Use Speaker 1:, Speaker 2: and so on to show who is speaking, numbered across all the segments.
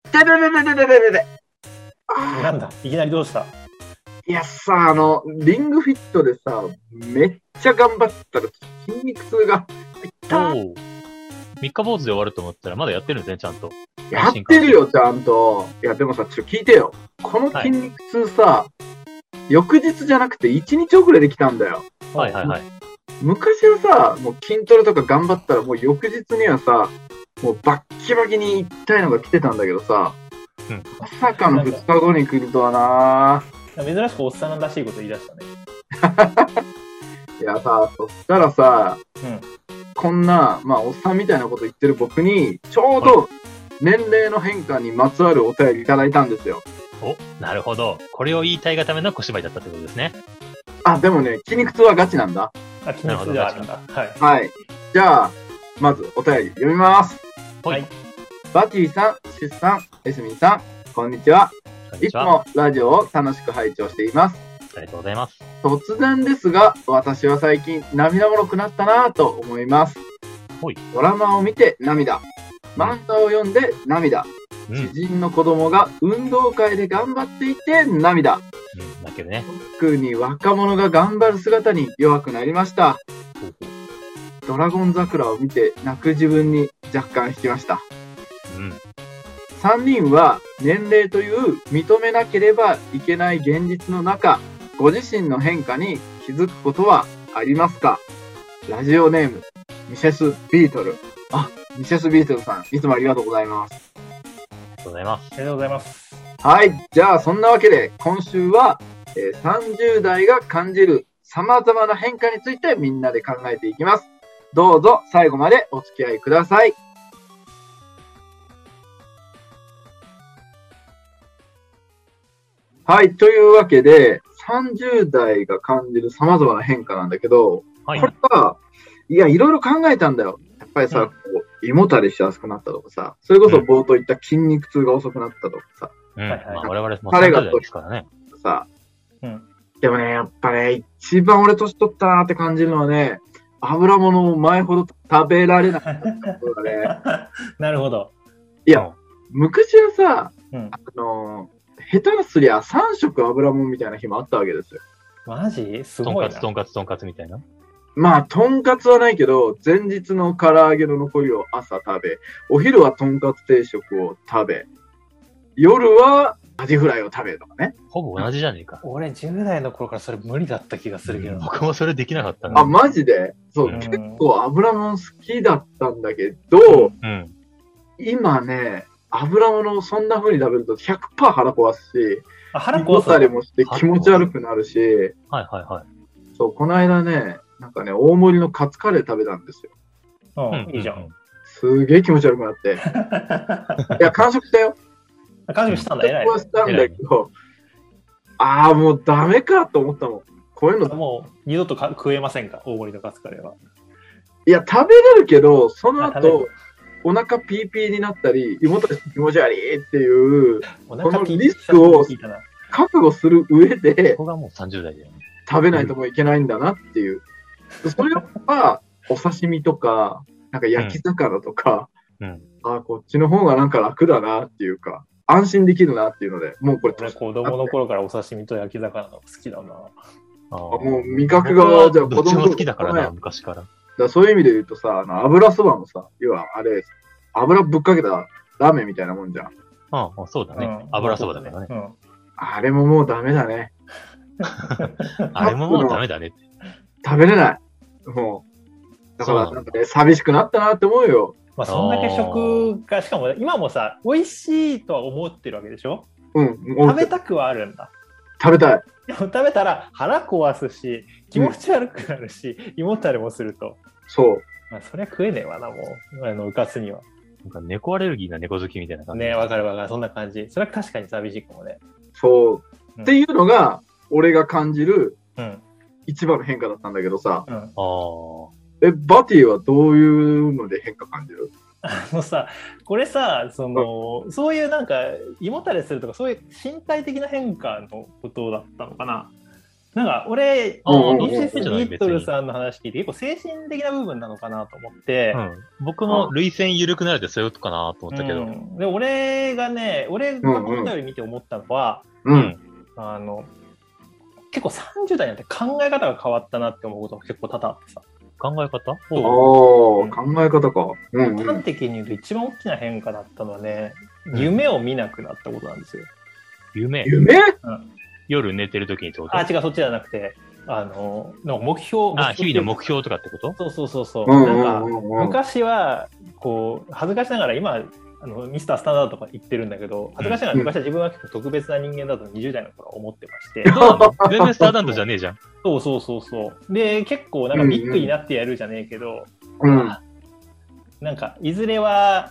Speaker 1: 痛い痛い痛い痛い痛い痛い痛い。
Speaker 2: な
Speaker 1: あ
Speaker 2: んだいきなりどうした
Speaker 1: ーいやさ、あの、リングフィットでさ、めっちゃ頑張ったら筋肉痛が、痛い
Speaker 3: おお。三日坊主で終わると思ったら、まだやってるんですね、ちゃんと。
Speaker 1: やってるよ、ちゃんと。いや、でもさ、ちょっと聞いてよ。この筋肉痛さ、翌日じゃなくて1日遅れできたんだよ。
Speaker 3: はいはいはい。
Speaker 1: 昔はさ、もう筋トレとか頑張ったら、もう翌日にはさ、もうバッキバキに痛いのが来てたんだけどさ、
Speaker 3: うん
Speaker 1: まさかの2日後に来るとはな
Speaker 2: 珍しくおっさんらしいこと言い出したね。
Speaker 1: いやさ、そしたらさ、
Speaker 2: うん
Speaker 1: こんな、まあ、おっさんみたいなこと言ってる僕に、ちょうど年齢の変化にまつわるお便りいただいたんですよ。
Speaker 3: お、なるほど。これを言いたいがための小芝居だったってことですね。
Speaker 1: あ、でもね、筋肉痛はガチなんだ。
Speaker 2: あ、筋肉痛ではあるんだ。はい。
Speaker 1: はい。じゃあ、まずお便り読みます。
Speaker 3: ほ
Speaker 2: はい。
Speaker 1: バティさん、シスさん、エスミンさん、こんにちは。
Speaker 3: こん
Speaker 1: い
Speaker 3: に
Speaker 1: つ
Speaker 3: ちは。あ
Speaker 1: もラジオを楽しく拝聴しています。
Speaker 3: りがとうございます。
Speaker 1: 突然ですが、私は最近涙もろくなったなぁと思います
Speaker 3: ほい。
Speaker 1: ドラマを見て涙。漫画を読んで涙。
Speaker 3: うん。う
Speaker 1: 知
Speaker 3: ん、
Speaker 1: 人の子供が運動会で頑張っていて涙。
Speaker 3: 泣けるね。
Speaker 1: 特に若者が頑張る姿に弱くなりました。
Speaker 3: ほうほ
Speaker 1: ドラゴン桜を見て泣く自分に若干引きました。
Speaker 3: ううん。
Speaker 1: 3人は年齢という認めなければいけない現実の中ご自身の変化に気づくことはありますかラジオネームミセスビートルあミセスビートルさんいつもありがとうございます
Speaker 3: ありがとうございます
Speaker 2: あ。りがとうございます。
Speaker 1: はいじゃあそんなわけで今週は、えー30代が感じる様々な変化についてみんなで考えていきますどうぞ最後までお付き合いくださいはい、というわけで、30代が感じる様々な変化なんだけど、
Speaker 3: はい
Speaker 1: こ。れは、いや、いろいろ考えたんだよ。やっぱりさ、
Speaker 2: うん
Speaker 1: こう胃もたれしやすくなったとかさ、それこそ
Speaker 3: うん
Speaker 1: 冒頭言った筋肉痛が遅くなったとかさ、
Speaker 3: うん。
Speaker 2: はいはい
Speaker 3: まあ、我々も
Speaker 1: 彼が
Speaker 3: 30代ですからね。
Speaker 1: さ、
Speaker 2: うん
Speaker 1: でもね、やっぱね、一番俺年取ったなって感じるのはね、油物を前ほど食べられなかったことだ ね。
Speaker 2: なるほど。
Speaker 1: いや、昔はさ、
Speaker 2: うん
Speaker 1: あ。のー下手なすりゃ3食油物みたいな日もあったわけですよ
Speaker 2: マジす
Speaker 3: とん
Speaker 2: ごい
Speaker 3: か
Speaker 2: な
Speaker 3: つ、。とんかつ、とんかつみたいな。
Speaker 1: まあ、とんかつはないけど、前日の唐揚げの残りを朝食べ、お昼はとんかつ定食を食べ、夜はアジフライを食べとかね。
Speaker 3: ほぼ同じじゃねえか。
Speaker 2: 俺、10代の頃からそれ無理だった気がするけど。
Speaker 3: 僕もそれできなかったな。
Speaker 1: あ、マジでそう、
Speaker 3: うん
Speaker 1: 結構油もん好きだったんだけど、
Speaker 3: うん。
Speaker 1: 今ね、油物をそんな風に食べると100%腹壊すし、
Speaker 2: あ、
Speaker 1: 胃
Speaker 2: 腹
Speaker 1: も
Speaker 2: 壊
Speaker 1: た
Speaker 2: す
Speaker 1: れ
Speaker 2: の
Speaker 1: もして気持ち悪くなるし、
Speaker 3: はいはいはい。
Speaker 1: そう、この間ね、なんかね、大盛りのカツカレー食べたんですよ。
Speaker 2: うん、いいじゃん。。
Speaker 1: すげえ気持ち悪くなって。い や、完食したよ。
Speaker 2: 感じしたんだ、偉い
Speaker 1: こ。うしたんだけど、ああ、もうダメかと思ったもん。こういうの、
Speaker 2: もう、二度とか食えませんか、大盛りのカツカレーは。
Speaker 1: いや、食べれるけど、その
Speaker 2: あ食べれ
Speaker 1: 後
Speaker 2: る、
Speaker 1: お腹ピーピーになったり、胃もたれして気持ち悪いっていう、
Speaker 2: お
Speaker 1: この
Speaker 2: ピ
Speaker 1: リスクを
Speaker 2: 聞いたな。
Speaker 1: 覚悟する上で
Speaker 3: こ、こがもう30代だよね。
Speaker 1: 食べないともういけないんだなっていう。それは、お刺身とか、なんか焼き魚とか、
Speaker 3: うん。
Speaker 1: ああ、こっちの方がなんか楽だなっていうか、安心できるなっていうので、もうこれ、
Speaker 2: 俺、子供の頃からお刺身と焼き魚が好きだな。
Speaker 3: あ
Speaker 1: もう
Speaker 3: ー
Speaker 1: 味覚が、じゃあ
Speaker 3: ど
Speaker 1: 子
Speaker 3: っち
Speaker 1: 供
Speaker 3: も好きだから
Speaker 1: ね
Speaker 3: な、昔から。
Speaker 1: だからそういう意味で言うとさ、あの油そばもさ、要はあれ、油ぶっかけたラーメンみたいなもんじゃん。
Speaker 3: ああ、そうだね。油そばだからね。
Speaker 2: ね。
Speaker 1: あれももうダメだね。
Speaker 3: あれももうダメだねって。
Speaker 1: 食べれない。もう。だから
Speaker 3: そ
Speaker 1: な
Speaker 3: うなん
Speaker 1: んかね、寂しくなったなって思うよ。
Speaker 2: まあ、そんだけ食が、しかも今もさ、美味しいとは思ってるわけでしょ
Speaker 1: うん。もう
Speaker 2: 食べたくはあるんだ。
Speaker 1: 食べたい。
Speaker 2: でも食べたら腹壊すし、気持ち悪くなるし、胃もたれもすると。
Speaker 1: そう。
Speaker 2: まあ、そりゃ食えねえわな、もう。あの、うかつには。
Speaker 3: なんか猫アレルギーな猫好きみたいな感じ。
Speaker 2: ねわかるわかる。そんな感じ。それは確かに寂しいかもね。
Speaker 1: そう。
Speaker 2: うん
Speaker 1: っていうのが、俺が感じる
Speaker 2: うん。
Speaker 1: 一番の変化だったんだけどさ。
Speaker 2: うん。
Speaker 3: ああ。
Speaker 1: え、バティはどういうので変化感じる
Speaker 2: あのさ、これさ、その、そういうなんか、胃もたれするとか、そういう身体的な変化のことだったのかな。なんか俺、
Speaker 3: ああ
Speaker 1: どっちでもいい
Speaker 2: ミ
Speaker 1: ん
Speaker 3: じ
Speaker 2: セス・
Speaker 3: ゃない
Speaker 2: ビートルさんの話聞いて、結構精神的な部分なのかなと思って、
Speaker 3: うん、僕も類線緩くなるってそういうことかなと思ったけど、
Speaker 2: うんで俺がね、俺がこのより見て思ったのは、
Speaker 1: うん。
Speaker 2: あの結構30代になって考え方が変わったなって思うことが結構多々あってさ、
Speaker 3: 考え方
Speaker 1: ああ、
Speaker 2: そ
Speaker 1: 考え方か。うんう
Speaker 2: 端
Speaker 1: ん。
Speaker 2: 的に言うと一番大きな変化だったのはね、
Speaker 3: うん
Speaker 2: 夢を見なくなったことなんですよ。
Speaker 3: 夢
Speaker 1: 夢
Speaker 3: 夜寝てる時にってこと
Speaker 2: あ、違う、そっちじゃなくて、あの、なんか目標、
Speaker 3: あ日々の目標
Speaker 2: 標。
Speaker 3: とかって こと
Speaker 2: そうそうそうそう。
Speaker 1: うんう
Speaker 2: なんか
Speaker 1: んうんうん。
Speaker 2: 昔はこう恥ずかしながら今あのミスタースタンダードとか言ってるんだけど恥ずかしながら昔は自分は結構特別な人間だと20代の頃は思ってまして、
Speaker 3: そうなの全然スターダントじゃねえじゃん。
Speaker 2: そうそうそうそうで結構なんかビッグになってやるじゃねえけど、
Speaker 1: うん。
Speaker 2: なんかいずれは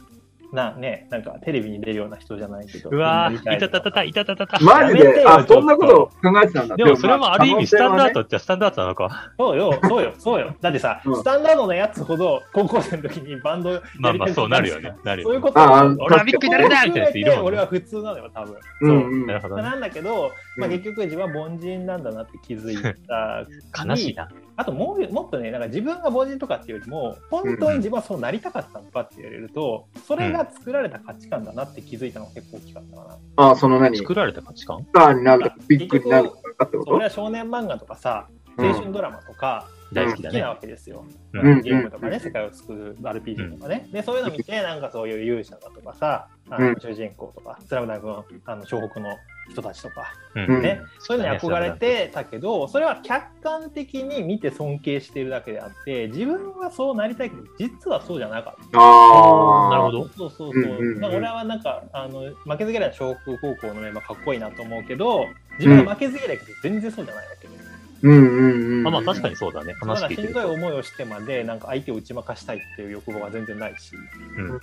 Speaker 2: なねなんかテレビに出るよ うな人じゃないけど
Speaker 3: うわ
Speaker 2: みた
Speaker 3: ぁ、いたたたた、いたたたた。
Speaker 1: マジ
Speaker 2: やめて
Speaker 1: で、
Speaker 2: よ
Speaker 1: あ、そんなこと考えてたんだ。
Speaker 3: でもそれもある意味スタンダード
Speaker 1: ド。
Speaker 3: ってスタンダードなの か。
Speaker 2: そ うよそうよそうよだってさ、
Speaker 1: うん
Speaker 2: スタンダードなやつほど高校生の時にバンドやりたい
Speaker 3: まあまあ
Speaker 2: と
Speaker 3: そう
Speaker 2: か
Speaker 3: なるよね。なる
Speaker 2: そうい
Speaker 3: よ
Speaker 2: う
Speaker 3: ね。
Speaker 2: こと
Speaker 1: ああ、
Speaker 3: 俺はビッグになれないみたいなやついるもん
Speaker 2: 俺
Speaker 3: ね
Speaker 2: は。普通なのよ多分、
Speaker 1: うんう
Speaker 3: なんる。ほどね。
Speaker 2: なんだけど、まあ、
Speaker 1: うん
Speaker 2: 結局自分は凡人なんだなって気づいた
Speaker 3: 悲しいな。
Speaker 2: あともうもっとねなんか自分が凡人とかっていうよりも本当に自分はそうなりたかったのかって言われるとそれが作られた価値観だなって気づいたのが結構大きかったかな。
Speaker 1: あ、その何ス
Speaker 3: 作られた価値観
Speaker 1: ターになるとか、ビッグになるとかってこ
Speaker 2: そう
Speaker 1: と
Speaker 2: 俺は少年漫画とかさ
Speaker 1: うん
Speaker 2: 青春ドラマとか
Speaker 3: 大好き
Speaker 2: 好
Speaker 3: だ
Speaker 2: き
Speaker 3: ね
Speaker 2: な。わけですよ、
Speaker 3: うん
Speaker 1: うん
Speaker 2: ゲームとかね、
Speaker 1: うん
Speaker 2: 世界を作る RPG とかね、でそういうの見てなんかそういう勇者だとかさあ
Speaker 1: う
Speaker 2: の
Speaker 1: ん
Speaker 2: 主人公とか「スラムダンクのあの湘北の人たちとか
Speaker 3: うん
Speaker 1: うん
Speaker 2: ね、そういうのに
Speaker 3: 好きだ
Speaker 2: 憧
Speaker 3: ね
Speaker 2: れてたけどそれは客観的に見て尊敬しているだけであって自分はそうなりたいけど実はそうじゃなかった
Speaker 1: ああ。
Speaker 3: なるほど
Speaker 2: そうそうそう、
Speaker 1: うんうんうん
Speaker 2: だから俺はなんかあの負けず嫌いな小学高校のメンバーかっこいいなと思うけど自分は負けず嫌いだけど全然そうじゃないわけで、
Speaker 1: うんうんうん。
Speaker 3: あまあ確かにそうだね。
Speaker 2: だ
Speaker 3: 話
Speaker 2: から
Speaker 3: 聞い
Speaker 2: してん
Speaker 3: る
Speaker 2: どい
Speaker 3: と。
Speaker 2: 思いをしてまでなんか相手を打ち負かしたいっていう欲望は全然ないし、
Speaker 3: うん
Speaker 2: うん、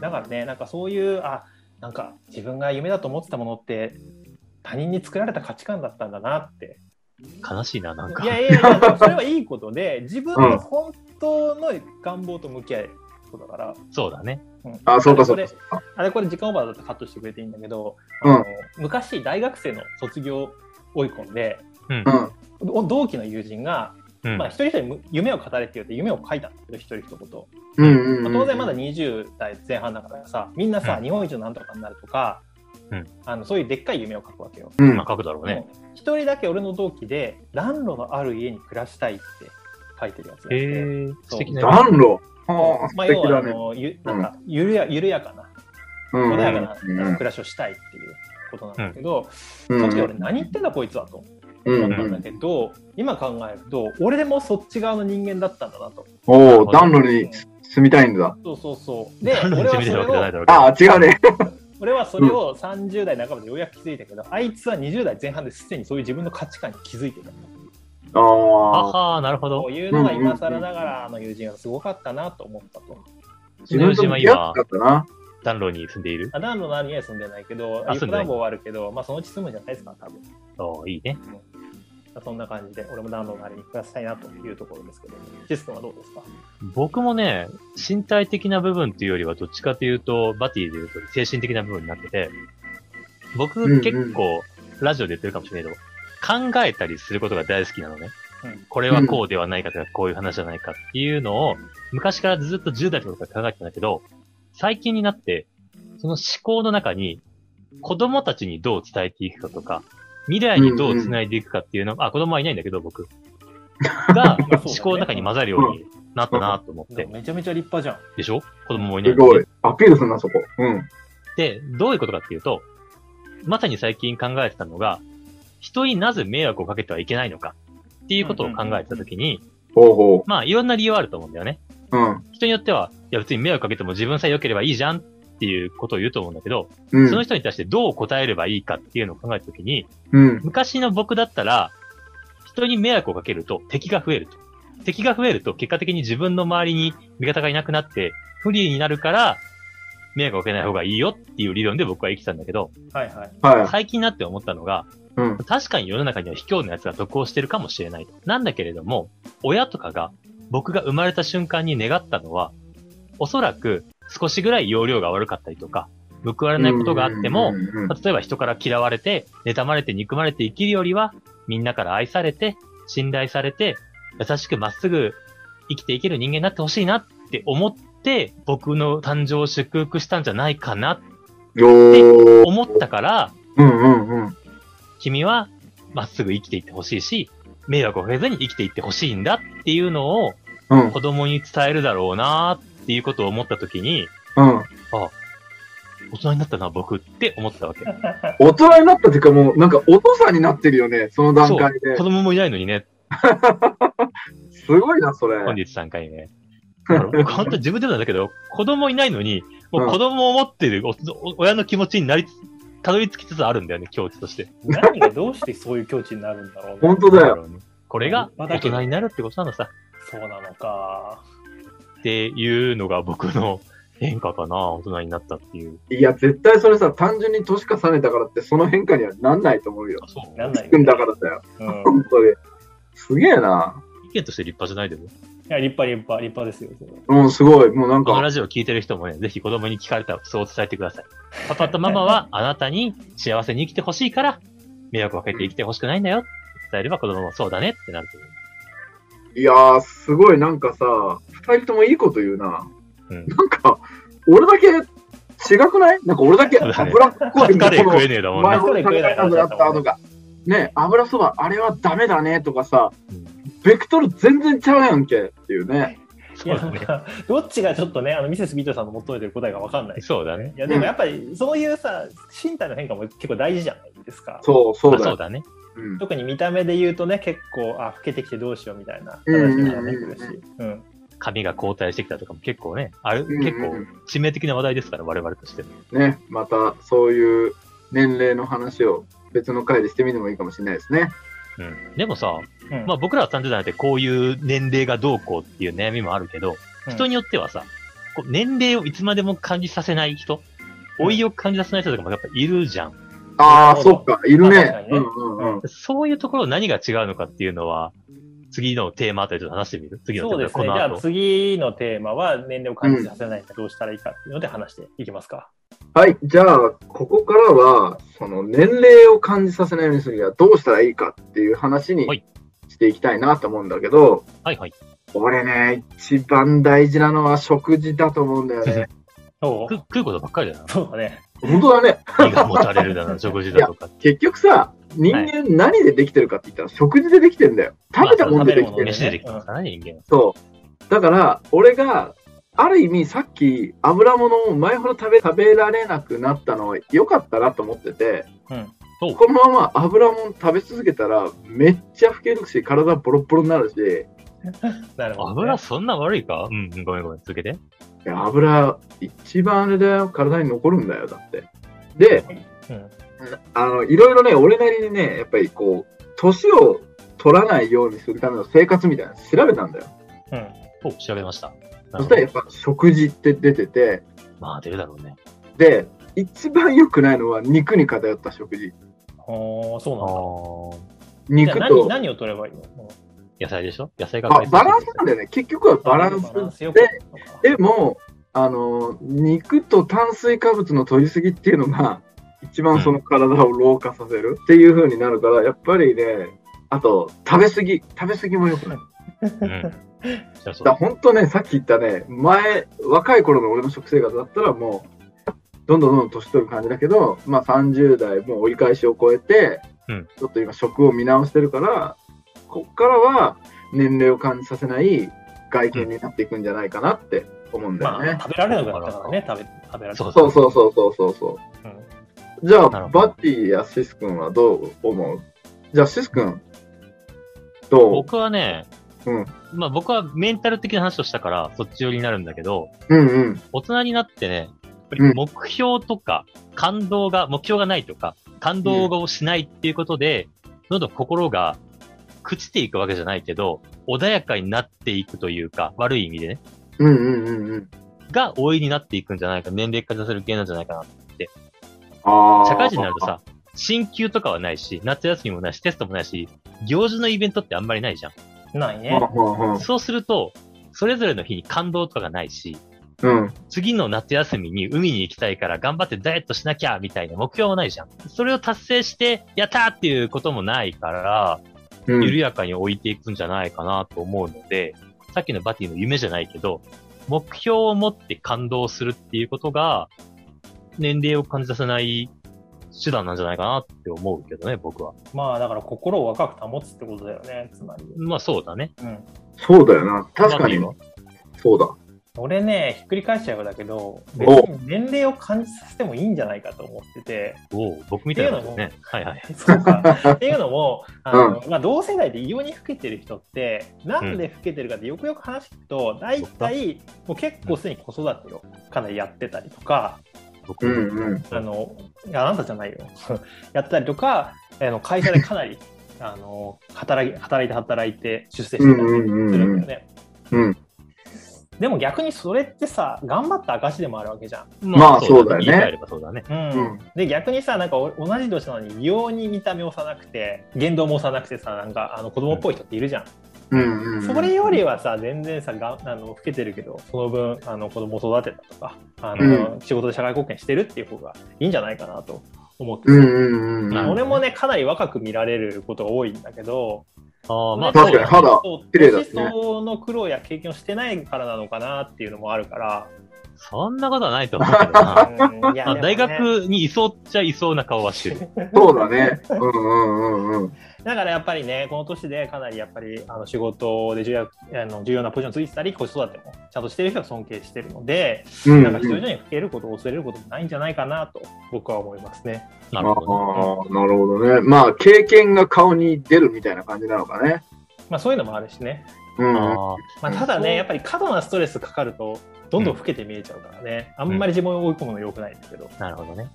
Speaker 2: だからねなんかそういうあなんか自分が夢だと思ってたものって他人に作られた価値観だったんだなって
Speaker 3: 悲しいな、なんか
Speaker 2: い。やいやいや、でもそれはいいことで、自分の本当の願望と向き合えることだから、
Speaker 3: そうだね。
Speaker 2: うん
Speaker 1: あ、そうかそう
Speaker 2: あれ
Speaker 1: か
Speaker 2: これ。あれこれ時間オーバーだったらカットしてくれていいんだけど、
Speaker 1: うん
Speaker 2: あの昔、大学生の卒業追い込んで、
Speaker 3: うん
Speaker 1: う。ん。
Speaker 2: お同期の友人が、
Speaker 3: うん
Speaker 2: まあ、一人一人む夢を語れって言って夢を書いたんだけど、一人一言。
Speaker 1: うんうんう
Speaker 2: まあ
Speaker 1: ん。
Speaker 2: 当然まだ20代前半だからさ、みんなさ、
Speaker 3: うん
Speaker 2: 日本一のなんとかになるとか、
Speaker 3: うん
Speaker 2: あのそういうでっかい夢を書くわけよ。
Speaker 1: うん。
Speaker 3: まあ書くだろうね。
Speaker 2: うん一人だけ俺の同期で暖炉のある家に暮らしたいって書いてるやつがい
Speaker 3: へ
Speaker 2: て、
Speaker 3: え、素敵な夢。
Speaker 1: 暖炉。はあ、素
Speaker 2: まあ、要
Speaker 1: 敵
Speaker 2: はあ
Speaker 1: だね。
Speaker 2: のゆなんか緩や緩やかな
Speaker 1: うん
Speaker 2: 穏やかな
Speaker 1: うん
Speaker 2: 暮らしをしたいっていうことなんだけど、
Speaker 1: うん。
Speaker 2: その時俺何言ってんだこいつはと
Speaker 1: うん
Speaker 2: 思
Speaker 1: う
Speaker 2: ったんだ
Speaker 1: ん。
Speaker 2: けど、今考えると俺でもそっち側の人間だったんだなと。
Speaker 1: おお、暖炉に住みたいんだ。
Speaker 2: そうそうそう。 で
Speaker 3: 何の
Speaker 2: 俺
Speaker 3: 夢
Speaker 2: は
Speaker 3: 見
Speaker 2: そ
Speaker 3: てるわけ
Speaker 2: れ
Speaker 3: じゃないだ
Speaker 2: を
Speaker 3: ろうけど。
Speaker 1: ああ、違うね。
Speaker 2: 俺はそれを30代半ばでようやく気づいたけど、あいつは20代前半ですでにそういう自分の価値観に気づいてた。
Speaker 1: ああ。
Speaker 3: あはーなるほど
Speaker 2: こう。いうのが今更ながらあの友人はすごかったなと思ったと。
Speaker 1: 自分と向き合ってたな。
Speaker 3: 暖炉に住んでいる。
Speaker 2: あ暖炉のある家に住んでないけど、
Speaker 3: あ
Speaker 2: 横
Speaker 3: 住んでない
Speaker 2: 暖房はあるけど、まあそのうち住むんじゃないですか、多分。
Speaker 3: おーいいね。
Speaker 2: そんな感じで、俺も暖炉のあれに暮らしたいなというところですけど、ジェス君はどうですか
Speaker 3: 僕もね、身体的な部分っていうよりは、どっちかというと、バティで言うと精神的な部分になってて、僕、
Speaker 1: うんうん
Speaker 3: 結構、ラジオで言ってるかもしれないけど、考えたりすることが大好きなのね。
Speaker 2: うん
Speaker 3: これはこうではないかとか、こういう話じゃないかっていうのを、昔からずっと10代の頃から考えてたんだけど、最近になって、その思考の中に、子供たちにどう伝えていくかとか、未来にどう繋いでいくかっていうの、あ、子供はいないんだけど、僕。が、
Speaker 2: まあそうだね
Speaker 3: 思考の中に混ざるようになったなと思って。
Speaker 2: めちゃめちゃ立派じゃん。
Speaker 3: でしょ子供もいない
Speaker 1: す
Speaker 3: のに
Speaker 1: ごい。アピールすんな、そこ。うん。
Speaker 3: で、どういうことかっていうと、まさに最近考えてたのが、人になぜ迷惑をかけてはいけないのかっていうことを考えてたときに、
Speaker 1: ほうほ
Speaker 3: まあいろんな理由はあると思うんだよね。
Speaker 1: う。うん。
Speaker 3: 人によっては、いや別に迷惑かけても自分さえ良ければいいじゃんっていうことを言うと思うんだけど、
Speaker 1: うん。
Speaker 3: その人に対してどう答えればいいかっていうのを考えたときに、
Speaker 1: うん。
Speaker 3: 昔の僕だったら、人に迷惑をかけると敵が増えると。敵が増えると結果的に自分の周りに味方がいなくなって不利になるから、迷惑をかけない方がいいよっていう理論で僕は生きてたんだけど、
Speaker 2: はいはい。
Speaker 1: はい。
Speaker 3: 最近になって思ったのが、
Speaker 1: うん。
Speaker 3: 確かに世の中には卑怯な奴が得をしてるかもしれないと。なんだけれども、親とかが僕が生まれた瞬間に願ったのは、おそらく少しぐらい容量が悪かったりとか、報われないことがあっても
Speaker 1: う、んうんうんうん
Speaker 3: 例えば人から嫌われて、妬まれて、憎まれて生きるよりは、みんなから愛されて、信頼されて、優しくまっすぐ生きていける人間になってほしいなって思って、僕の誕生を祝福したんじゃないかなって
Speaker 1: おー。
Speaker 3: 思ったから、
Speaker 1: うんうんうん。
Speaker 3: 君はまっすぐ生きていってほしいし、迷惑をかけずに生きていってほしいんだっていうのを
Speaker 1: うん
Speaker 3: 子供に伝えるだろうなっていうことを思った時に、
Speaker 1: うん。
Speaker 3: 大人になったな、僕って思ったわけ。
Speaker 1: 大人になったっていうかもう、なんかお父さんになってるよね、その段階で
Speaker 3: 子。供もいないのにね、
Speaker 1: すごいな、それ。
Speaker 3: 本日3 回目。だから僕本当に自分でもなんだけど、子供いないのに、もう子供を持ってるおお親の気持ちになりつ、たどり着きつつあるんだよね、境地として。
Speaker 2: 何がどうしてそういう境地になるんだろうね
Speaker 1: 本当だよ。
Speaker 3: よ。これが大人になるってことなのさ、
Speaker 2: そうなのか。
Speaker 3: っていうのが僕の変化かな、大人になったっていう。
Speaker 1: いや、絶対それさ、単純に年重ねたからって、その変化にはなんないと思うよ。
Speaker 3: そう。
Speaker 2: なんない
Speaker 1: つくんだからだよ。
Speaker 2: うん。
Speaker 1: 本当に。すげえな。
Speaker 3: 意見として立派じゃないでも。
Speaker 2: いや、立派、立派、立派ですよ。それは
Speaker 1: うん、すごい。もうなん
Speaker 3: この
Speaker 1: か、
Speaker 3: ラジオを聞いてる人もね、ぜひ子供に聞かれたらそう伝えてください。パパとマ マはあなたに幸せに生きてほしいから、迷惑をかけて生きてほしくないんだよ。伝えれば子供もそうだねってなると思
Speaker 1: いやー、すごいなんかさ、二人ともいいこと言うな。
Speaker 3: う。うん。
Speaker 1: なんか、俺だけ違くないなんか俺だけ
Speaker 3: そうだね
Speaker 1: 油っこい
Speaker 3: カツカレー
Speaker 1: この
Speaker 3: 食えねえだもん
Speaker 1: 前
Speaker 3: ね。
Speaker 1: ほど食べられなくなったとか。ね、油そば、あれはダメだねとかさ、
Speaker 3: うん
Speaker 1: ベクトル全然ちゃうやんけっていうね。
Speaker 3: そ
Speaker 2: いうや、
Speaker 3: だ
Speaker 2: なん
Speaker 3: ね。
Speaker 2: か、どっちがちょっとね、あの、ミセス・ビートさんの求めてる答えがわかんない。
Speaker 3: そうだね。
Speaker 2: いや、でもやっぱり、そういうさ、身体の変化も結構大事じゃないですか。
Speaker 1: そう、そ
Speaker 3: まあ
Speaker 1: うだ
Speaker 3: そう
Speaker 1: よ。
Speaker 3: だね。
Speaker 1: うん
Speaker 2: 特に見た目で言うとね、結構、あ、老けてきてどうしようみたいな話になってくるし。うん。
Speaker 3: 髪が交代してきたとかも結構ね、あれ、
Speaker 1: うんうん
Speaker 3: 結構致命的な話題ですから、我々として。
Speaker 1: ね、またそういう年齢の話を別の回でしてみてもいいかもしれないですね。
Speaker 3: うん。でもさ、
Speaker 2: うん
Speaker 3: まあ僕らは30代なんてこういう年齢がどうこうっていう悩みもあるけど、人によってはさ、こう年齢をいつまでも感じさせない人、
Speaker 2: うん
Speaker 3: 老いを感じさせない人とかもやっぱいるじゃん。
Speaker 1: ああ、
Speaker 2: なる
Speaker 1: そ
Speaker 2: ほ
Speaker 1: っか、いる
Speaker 2: まあ確か
Speaker 1: ね。
Speaker 2: に
Speaker 1: う
Speaker 2: ね
Speaker 1: んうんうん。
Speaker 3: そういうところ何が違うのかっていうのは、次のテーマあたりちょっと話してみる次のテー
Speaker 2: そう
Speaker 3: マ、
Speaker 2: です
Speaker 3: こ
Speaker 2: ね。じ
Speaker 3: の
Speaker 2: ゃあ
Speaker 3: 後。
Speaker 2: 次のテーマは年齢を感じさせないとどうしたらいいかっていうので話していきますか。
Speaker 1: はい、じゃあ、ここからは、その年齢を感じさせないようにするにはどうしたらいいかっていう話に
Speaker 3: はい
Speaker 1: していきたいなと思うんだけど、
Speaker 3: はいはい。
Speaker 1: 俺ね、一番大事なのは食事だと思うんだよね。
Speaker 2: そ
Speaker 3: く
Speaker 2: う。
Speaker 3: 食うことばっかりだな。
Speaker 2: そうだね。
Speaker 1: 本当だね。
Speaker 3: 胃がもたれるだな、食事だとか。
Speaker 1: 結局さ、人間何でできてるかって言ったら食事でできてるんだよ。食べたもんでできて
Speaker 2: まあ
Speaker 1: る。
Speaker 3: 飯でできてますからね、人間は。
Speaker 1: そう。だから、俺が、ある意味さっき油物を前ほど食べ食べられなくなったのは良かったなと思ってて、
Speaker 2: うん。
Speaker 1: このまま油もん食べ続けたらめっちゃ老けるし体ボロッボロになるしい
Speaker 2: なるほどね、
Speaker 3: 油そんな悪いかうん、うんごめんごめん、続けて。
Speaker 1: や油一番あれだよ体に残るんだよだってで
Speaker 2: うん。
Speaker 1: あのいろいろね俺なりにねやっぱりこう年を取らないようにするための生活みたいなの調べたんだよ
Speaker 2: うん。
Speaker 3: お、調べました。な
Speaker 1: そし
Speaker 3: るほ
Speaker 1: た
Speaker 3: ど
Speaker 1: らやっぱ食事って出てて
Speaker 3: まあ出るだろうね。
Speaker 1: で一番良くないのは肉に偏った食事
Speaker 2: おー、そ
Speaker 3: あ
Speaker 2: うなんだ。
Speaker 3: ー
Speaker 1: 肉
Speaker 2: じゃあ何
Speaker 1: と
Speaker 2: 何を取ればいいの、
Speaker 3: 野菜でしょ野菜が
Speaker 1: あバランス
Speaker 3: ス
Speaker 1: なんだよね結局はバラン
Speaker 2: バランス
Speaker 1: ス
Speaker 2: よ
Speaker 1: で
Speaker 2: く
Speaker 1: でも、あの肉と炭水化物の取りすぎっていうのが、一番その体を老化させるっていう風になるから、やっぱりね、あと、食べ過ぎ、食べ過ぎも良くない。
Speaker 3: うん。そうそ
Speaker 1: だから
Speaker 3: う。
Speaker 1: 本当ね、さっき言ったね、前、若い頃の俺の食生活だったらもう、どんどんどんどん年取る感じだけど、まあ30代、もう折り返しを超えて、
Speaker 3: うん
Speaker 1: ちょっと今食を見直してるから、こっからは年齢を感じさせない外見になっていくんじゃないかなって思うんだよ
Speaker 2: ま
Speaker 1: ね。
Speaker 2: あ、食べられなくなったからね、食べ、食べられ
Speaker 3: そう
Speaker 1: そうそうそうそうそうそ
Speaker 2: うん
Speaker 1: う。じゃあ、
Speaker 3: なるほど
Speaker 1: バッティやシス君はどう思うじゃあ、シス君、どう
Speaker 3: 僕はね、
Speaker 1: うん
Speaker 3: まあ僕はメンタル的な話をしたから、そっち寄りになるんだけど、
Speaker 1: うんうん。
Speaker 3: 大人になってね、やっぱ
Speaker 1: う
Speaker 3: り
Speaker 1: ん
Speaker 3: 目標とか、感動が、目標がないとか、感動をしないっていうことで、どんどん心が朽ちていくわけじゃないけど、穏やかになっていくというか、悪い意味でね、
Speaker 1: うんうんうんうん。
Speaker 3: が老いになっていくんじゃないか、年齢化させる系なんじゃないかな。
Speaker 1: ああ。
Speaker 3: 社会人になると。さ、進級とかはないし、夏休みもないし、テストもないし、行事のイベントってあんまりないじゃん。
Speaker 2: ないね。
Speaker 1: う
Speaker 2: うん
Speaker 1: うんうん
Speaker 3: そうすると、それぞれの日に感動とかがないし、
Speaker 1: うん。
Speaker 3: 次の夏休みに海に行きたいから頑張ってダイエットしなきゃみたいな目標もないじゃん。それを達成して、やったーっていうこともないから、
Speaker 1: うん。
Speaker 3: 緩やかに置いていくんじゃないかなと思うので、さっきのバティの夢じゃないけど、目標を持って感動するっていうことが、年齢を感じさせない手段なんじゃないかなって思うけどね、僕は。
Speaker 2: まあだから心を若く保つってことだよね、つまり。
Speaker 3: まあそうだね。
Speaker 2: うん。
Speaker 1: そうだよな。確かに
Speaker 3: バティ。は
Speaker 1: そうだ。
Speaker 2: 俺ね、ひっくり返しちゃうんだけど、別に年齢を感じさせてもいいんじゃないかと思ってて、
Speaker 3: おう僕みたいなことですね。はいはい。
Speaker 2: そうか。っていうのも、あのまあ、同世代で異様に老けてる人って、なんで老けてるかってよくよく話聞くと、大体、もう結構すでに子育てをかなりやってたりとか、
Speaker 3: 僕
Speaker 1: う
Speaker 3: も
Speaker 1: んうん。
Speaker 2: あの、いやあなたじゃないよ。 やったりとか、あの会社でかなり、あの、働き、働いて働いて出世してたりするんだよね。
Speaker 1: うん。
Speaker 2: でも逆にそれってさ、頑張った証でもあるわけじゃん。
Speaker 1: まあそうだよね
Speaker 3: 言い換えればそうだね。
Speaker 2: うん
Speaker 1: うん
Speaker 2: で逆にさなんかお同じ年なのに異様に見た目幼くて言動も幼くてさなんかあの子供っぽい人っているじゃ
Speaker 1: う
Speaker 2: ん、
Speaker 1: んうん。
Speaker 2: それよりはさ全然さがあの老けてるけどその分あの子供を育てたとかあの、仕事で社会貢献してるっていう方がいいんじゃないかなと思ってて、
Speaker 1: うんうんうん。
Speaker 3: なるほど
Speaker 2: 俺もねかなり若く見られることが多いんだけど
Speaker 3: ああ、まあ
Speaker 1: 確かに
Speaker 3: そうだ
Speaker 1: 肌
Speaker 3: ね
Speaker 2: そう
Speaker 1: 綺麗だしね
Speaker 2: 年相応の苦労や経験をしてないからなのかなっていうのもあるから、
Speaker 3: そんなことはないと思うけど な。
Speaker 2: うんいや
Speaker 3: まあ
Speaker 2: でもね
Speaker 3: 大学にいそうっちゃいそうな顔はしてる。
Speaker 1: そうだね。うんうんうんうん。
Speaker 2: だからやっぱりね、この年でかなりやっぱりあの仕事で重要あの重要なポジションついてたり、子育てもちゃんとしてる人は尊敬してるので、
Speaker 1: うん
Speaker 2: なんか人
Speaker 1: うん。
Speaker 2: 々に受けることを恐れることもないんじゃないかなと、僕は思いますね。
Speaker 3: な
Speaker 1: ああ
Speaker 3: るほどね。
Speaker 1: ー、なるほどね。まあ、経験が顔に出るみたいな感じなのかね。
Speaker 2: まあそういうのもあるしね。
Speaker 1: うん。
Speaker 3: あー
Speaker 2: まあ、ただね、やっぱり過度なストレスかかると、どんどん老けて見えちゃうからね、あんまり自分を追い込むの良くないんだけど。
Speaker 3: なるほどね。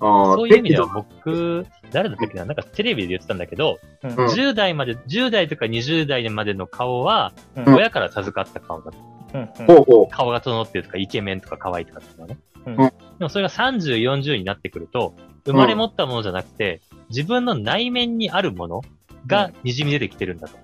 Speaker 1: ああ、
Speaker 3: そういう意味では
Speaker 1: 適
Speaker 3: 僕、誰だったっけな、なんかテレビで言ってたんだけど、
Speaker 2: うん
Speaker 1: うん
Speaker 3: 10代まで、10代とか20代までの顔は、
Speaker 2: うん
Speaker 3: 親から授かった顔だ。
Speaker 2: うん
Speaker 1: 度ほうほ
Speaker 3: 顔が整ってるとか、イケメンとか可愛いとかっていうのはね。
Speaker 2: うん
Speaker 1: うん
Speaker 3: でもそれが30、40になってくると、生まれ持ったものじゃなくて、自分の内面にあるものが滲み出てきてるんだと。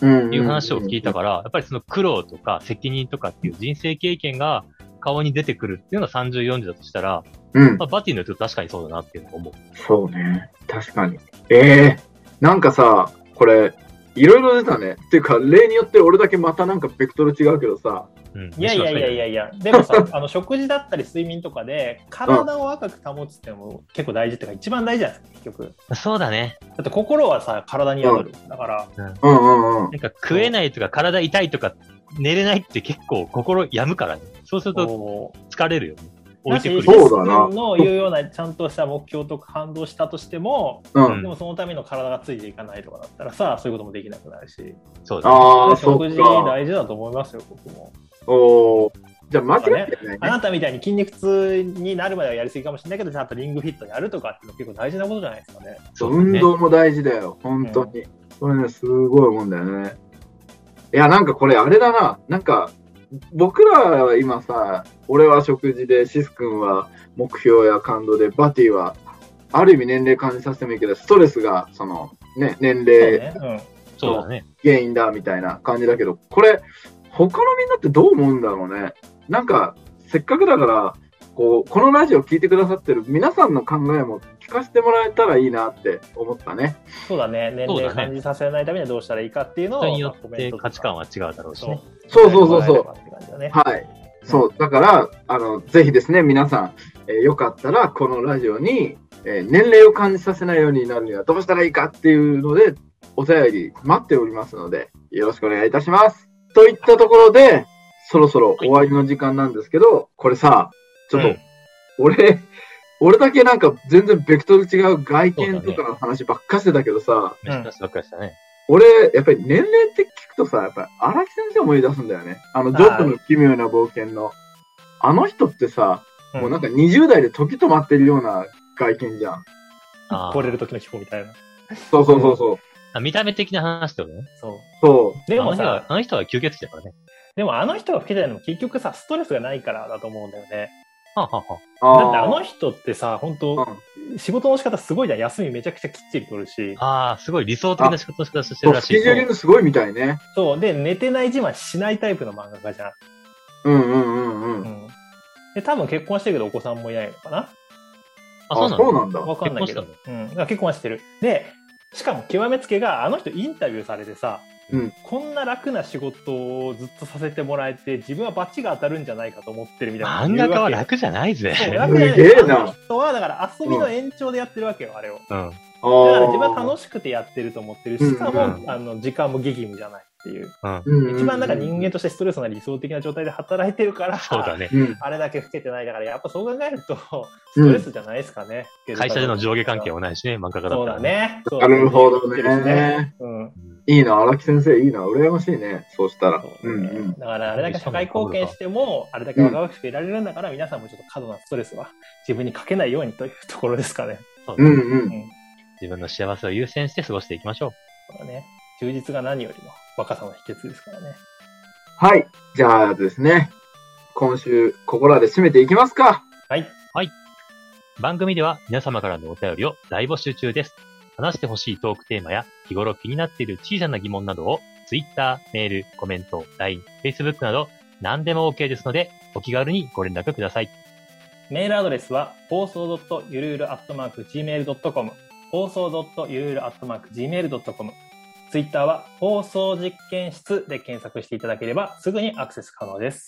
Speaker 1: う。うん。
Speaker 3: いう話を聞いたから、やっぱりその苦労とか責任とかっていう人生経験が顔に出てくるっていうのが30、40だとしたら、
Speaker 1: ら。うん。
Speaker 3: まあ、バティの人確かにそうだなっていうのを思う。
Speaker 1: そうね。確かに。ええなんかさ、これ、いろいろ出たね。っていうか、例によって俺だけまたなんかベクトル違うけどさ。
Speaker 3: うん、
Speaker 2: いやいやいやいやいや、でもさ、あの食事だったり睡眠とかで、体を若く保つっていうのも結構大事っていうか、一番大事じゃないですか、結局。
Speaker 3: そうだね。
Speaker 2: だって心はさ、体に宿る。だから、
Speaker 1: うんうんうん。
Speaker 3: なんか食えないとか体痛いとか寝れないって結構心病むからね。そうすると
Speaker 2: こ
Speaker 3: 疲れるよね。
Speaker 2: う
Speaker 3: 置いてくる
Speaker 1: そう
Speaker 3: よ。
Speaker 1: だな
Speaker 2: もし自分の言うようなちゃんとした目標とか感動したとしても、
Speaker 1: う
Speaker 3: うん
Speaker 1: ん。
Speaker 2: でもそのための体がついていかないとかだったらさ、そういうこともできなくなるし、
Speaker 3: そうだね。
Speaker 1: ああ、そ
Speaker 2: 食事
Speaker 1: っか。
Speaker 2: 大事だと思いますよ、僕も。
Speaker 1: おお。じゃあ、間違ってない
Speaker 2: あ
Speaker 1: ね。
Speaker 2: なたみたいに筋肉痛になるまではやりすぎかもしれないけど、ちゃんとリングフィットやるとかっていうの結構大事なことじゃないですかね。
Speaker 3: そうだね
Speaker 1: 運動も大事だよ。本当に。それね、すごいもんだよね。いや、なんかこれ、あれだな。なんか、僕らは今さ、俺は食事で、シス君は目標や感動で、バティは、ある意味年齢感じさせてもいいけど、ストレスが、その、ね、年
Speaker 2: そう
Speaker 1: 齢
Speaker 2: ねうん
Speaker 3: そうだね。
Speaker 1: 原因だみたいな感じだけど、これ、他のみんなってどう思うんだろうね。なんか、せっかくだから、こう、このラジオ聞いてくださってる皆さんの考えも聞かせてもらえたらいいなって思ったね。
Speaker 2: そうだね、年齢感じさせないためにはどうしたらいいかっていうのを、
Speaker 3: 人によ
Speaker 2: まあコ
Speaker 3: っ
Speaker 2: メン
Speaker 3: て
Speaker 2: トとか
Speaker 3: 価値観は違うだろうし
Speaker 2: そう
Speaker 3: ね。
Speaker 1: そうそうそうそ
Speaker 2: 伝えてもらえれ
Speaker 1: う。
Speaker 2: ばって感じだね
Speaker 1: はい。そう。だから、あの、ぜひですね、皆さん、えーよかったら、このラジオに、えー年齢を感じさせないようになるにはどうしたらいいかっていうので、お便り待っておりますので、よろしくお願いいたします。といったところで、そろそろ終わりの時間なんですけど、これさ、ちょっと、
Speaker 3: うん
Speaker 1: 俺、俺だけなんか全然ベクトル違う外見
Speaker 3: そ
Speaker 1: と
Speaker 3: うだ
Speaker 1: かの話ばっかしてたけどさ、
Speaker 2: うん
Speaker 3: 珍しいばっかりしたね。
Speaker 1: 俺、やっぱり年齢って聞くとさ、やっぱり荒木先生思い出すんだよね。あの、ジョットの奇妙な冒険の。あの人ってさ、もうなんか20代で時止まってるような外見じゃん。
Speaker 3: あー
Speaker 2: 来れる時の飛行みたいな。
Speaker 1: そうそうそうそう。
Speaker 3: あ見た目的な話ってことね。
Speaker 2: そう。
Speaker 1: そ
Speaker 2: で
Speaker 3: あの
Speaker 2: も
Speaker 3: 人は
Speaker 2: さ、、
Speaker 3: あの人は吸血鬼だからね。
Speaker 2: でもあの人が老けてるのも結局さ、ストレスがないからだと思うんだよね。
Speaker 3: はあはあは
Speaker 1: う。
Speaker 2: だってあ
Speaker 1: あ
Speaker 2: の人ってさ、本当
Speaker 1: あ。
Speaker 2: 仕事の仕方すごいじゃん。休みめちゃくちゃきっちり取るし。
Speaker 3: ああー、すごい理想的な仕事の仕方して
Speaker 1: そ
Speaker 3: る
Speaker 1: う、
Speaker 3: ら
Speaker 1: ス
Speaker 3: しい
Speaker 1: ケ
Speaker 3: よ。
Speaker 1: ジューリングすごいみたいね。
Speaker 2: そう。で、寝てない自慢しないタイプの漫画家じゃん。
Speaker 1: うんうんうんうん
Speaker 2: う
Speaker 1: うん。
Speaker 2: ん。で、多分結婚してるけどお子さんもいないのかな
Speaker 3: あ、そう
Speaker 1: あ、
Speaker 3: な
Speaker 1: そ
Speaker 3: の
Speaker 1: うなんだ。
Speaker 2: わかんないけど
Speaker 3: 結。
Speaker 2: うん。だから結婚はしてる。で、しかも極めつけが、あの人インタビューされてさ、
Speaker 1: うん
Speaker 2: こんな楽な仕事をずっとさせてもらえて、自分はバチが当たるんじゃないかと思ってるみたいな。
Speaker 3: 漫画家は
Speaker 2: 言うわ
Speaker 3: 楽じゃないぜ
Speaker 2: け。そう
Speaker 1: な
Speaker 2: 楽じゃない
Speaker 1: すげえな
Speaker 2: あの人は、だから遊びの延長でやってるわけよ、あれを。
Speaker 3: うん。
Speaker 1: あ
Speaker 2: だから自分は
Speaker 1: ー
Speaker 2: 楽しくてやってると思ってるし、しかも、
Speaker 1: うん
Speaker 3: う
Speaker 2: あの時間も激務じゃないっていう。
Speaker 3: うん。
Speaker 1: うんうん。
Speaker 2: 一番なんか人間としてストレスな理想的な状態で働いてるから、
Speaker 3: そうだね。
Speaker 1: うん。
Speaker 2: あれだけ老けてないだから、やっぱそう考えると、ストレスじゃないですかね。
Speaker 3: 会社での上下関係もないしね、漫画家だ
Speaker 2: そ
Speaker 3: っ
Speaker 2: う
Speaker 3: た
Speaker 2: だ
Speaker 3: ら。。
Speaker 2: ね。
Speaker 1: なるほど
Speaker 2: そうだ
Speaker 1: ね。
Speaker 2: うん。
Speaker 1: いいな、荒木先生、いいな、羨ましいね。そうしたら。
Speaker 2: そううんね
Speaker 1: うん。
Speaker 2: だから、あれだけ社会貢献しても、あれだけ若々しくいられるんだから、皆さんもちょっと過度なストレスは自分にかけないようにというところですかね。
Speaker 3: そうだ
Speaker 1: うん
Speaker 3: ね
Speaker 1: うん。
Speaker 3: 自分の幸せを優先して過ごしていきましょう。
Speaker 2: そうだね。充実が何よりも若さの秘訣ですからね。
Speaker 1: はい。じゃあですね、今週、ここらで締めていきますか。
Speaker 2: はい。
Speaker 3: 番組では皆様からのお便りを大募集中です。話してほしいトークテーマや日頃気になっている小さな疑問などを Twitter、メール、コメント、LINE、Facebook など何でも OK ですのでお気軽にご連絡ください。
Speaker 2: メールアドレスは、放送ゆるゆる .gmail.com、放送ゆるゆる .gmail.com、ツイッターは、放送実験室で検索していただければ、すぐにアクセス可能です。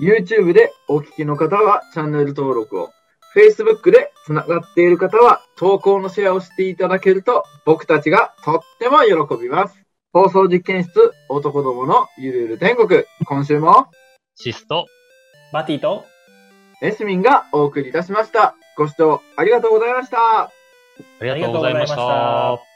Speaker 1: YouTube でお聞きの方はチャンネル登録を、Facebook でつながっている方は投稿のシェアをしていただけると僕たちがとっても喜びます。放送実験室男どものゆるゆる天国、今週も
Speaker 3: シスト、
Speaker 2: バティと、
Speaker 1: エスミンがお送りいたしました。ご視聴ありがとうございました。
Speaker 3: ありがとうございまし
Speaker 2: ありがとうございま
Speaker 3: た
Speaker 2: し。